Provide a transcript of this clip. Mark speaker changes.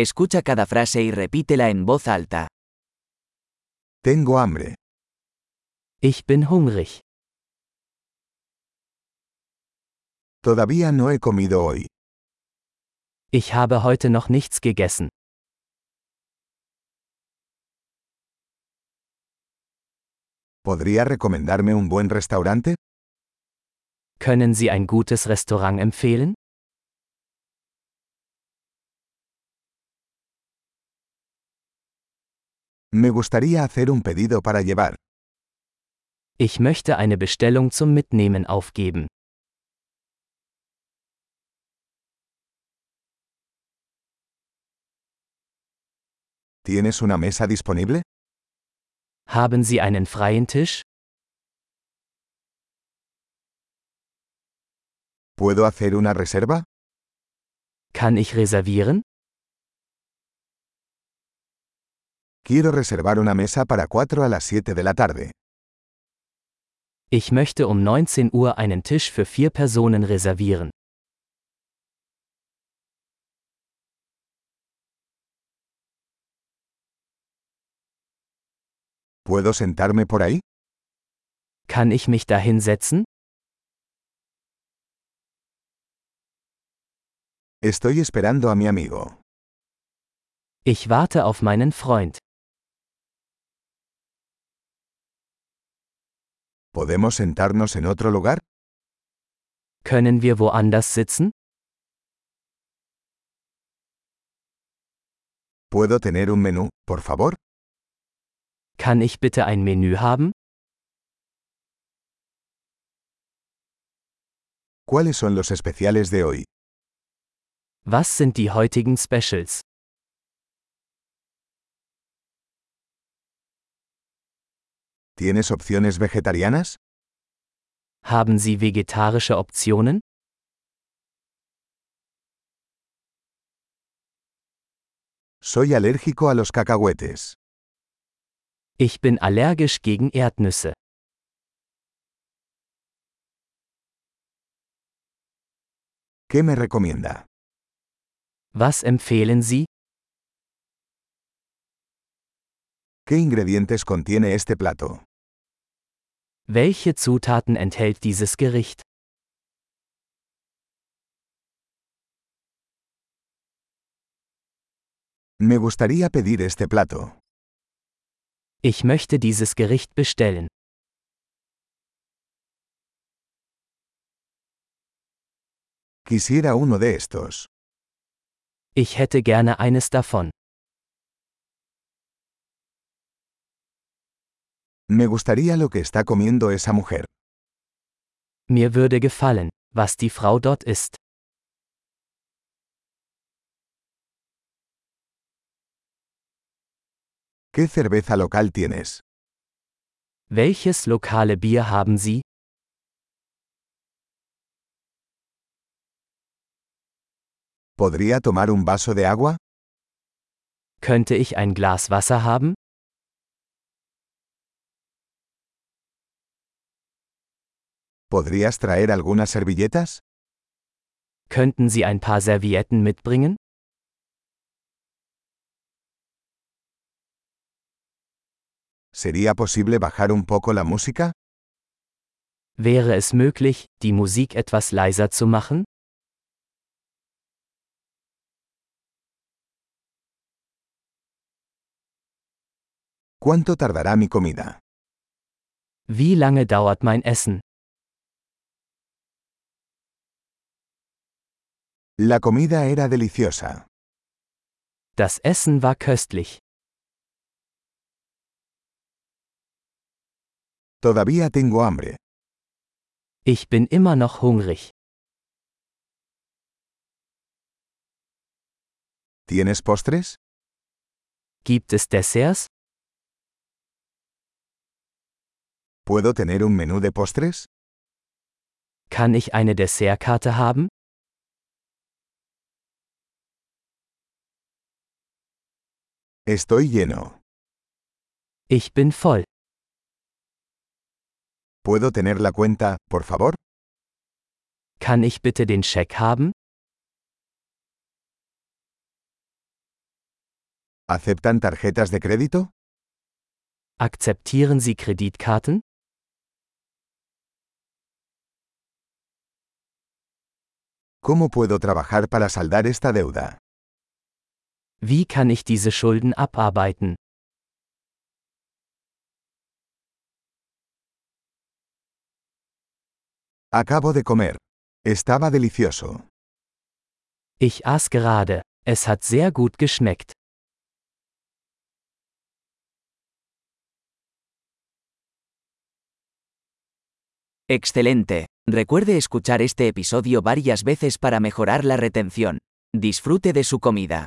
Speaker 1: Escucha cada frase y repítela en voz alta.
Speaker 2: Tengo hambre.
Speaker 3: Ich bin hungrig.
Speaker 2: Todavía no he comido hoy.
Speaker 3: Ich habe heute noch nichts gegessen.
Speaker 2: ¿Podría recomendarme un buen restaurante?
Speaker 3: Können Sie ein gutes Restaurant empfehlen?
Speaker 2: Me gustaría hacer un pedido para llevar.
Speaker 3: Ich möchte eine Bestellung zum Mitnehmen aufgeben.
Speaker 2: ¿Tienes una mesa disponible?
Speaker 3: Haben Sie einen freien Tisch?
Speaker 2: ¿Puedo hacer una reserva?
Speaker 3: Kann ich reservieren?
Speaker 2: Quiero reservar una mesa para 4 a las 7 de la tarde.
Speaker 3: Ich möchte um 19 Uhr einen Tisch für vier Personen reservieren.
Speaker 2: ¿Puedo sentarme por ahí?
Speaker 3: Kann ich mich da hinsetzen?
Speaker 2: Estoy esperando a mi amigo.
Speaker 3: Ich warte auf meinen Freund.
Speaker 2: ¿Podemos sentarnos en otro lugar?
Speaker 3: Können wir woanders sitzen?
Speaker 2: ¿Puedo tener un menú, por favor?
Speaker 3: Kann ich bitte ein Menü haben?
Speaker 2: ¿Cuáles son los especiales de hoy?
Speaker 3: Was sind die heutigen Specials?
Speaker 2: ¿Tienes opciones vegetarianas?
Speaker 3: Haben Sie vegetarische Optionen?
Speaker 2: Soy alérgico a los cacahuetes.
Speaker 3: Ich bin allergisch gegen Erdnüsse.
Speaker 2: ¿Qué me recomienda?
Speaker 3: Was empfehlen Sie?
Speaker 2: ¿Qué ingredientes contiene este plato?
Speaker 3: Welche Zutaten enthält dieses Gericht?
Speaker 2: Me gustaría pedir este plato.
Speaker 3: Ich möchte dieses Gericht bestellen.
Speaker 2: Quisiera uno de estos.
Speaker 3: Ich hätte gerne eines davon.
Speaker 2: Me gustaría lo que está comiendo esa mujer.
Speaker 3: Mir würde gefallen, was die Frau dort isst.
Speaker 2: ¿Qué cerveza local tienes?
Speaker 3: Welches lokale Bier haben Sie?
Speaker 2: ¿Podría tomar un vaso de agua?
Speaker 3: Könnte ich ein Glas Wasser haben?
Speaker 2: ¿Podrías traer algunas servilletas?
Speaker 3: Könnten Sie ein paar Servietten mitbringen?
Speaker 2: ¿Sería posible bajar un poco la música?
Speaker 3: Wäre es möglich, die Musik etwas leiser zu machen?
Speaker 2: ¿Cuánto tardará mi comida?
Speaker 3: Wie lange dauert mein Essen?
Speaker 2: La comida era deliciosa.
Speaker 3: Das Essen war köstlich.
Speaker 2: Todavía tengo hambre.
Speaker 3: Ich bin immer noch hungrig.
Speaker 2: ¿Tienes postres?
Speaker 3: Gibt es Desserts?
Speaker 2: ¿Puedo tener un menú de postres?
Speaker 3: Kann ich eine Dessertkarte haben?
Speaker 2: Estoy lleno.
Speaker 3: Ich bin voll.
Speaker 2: ¿Puedo tener la cuenta, por favor?
Speaker 3: Kann ich bitte den Scheck haben?
Speaker 2: ¿Aceptan tarjetas de crédito?
Speaker 3: Akzeptieren Sie Kreditkarten?
Speaker 2: ¿Cómo puedo trabajar para saldar esta deuda?
Speaker 3: Wie kann ich diese Schulden abarbeiten?
Speaker 2: Acabo de comer. Estaba delicioso.
Speaker 3: Ich aß gerade. Es hat sehr gut geschmeckt.
Speaker 1: Excelente. Recuerde escuchar este episodio varias veces para mejorar la retención. Disfrute de su comida.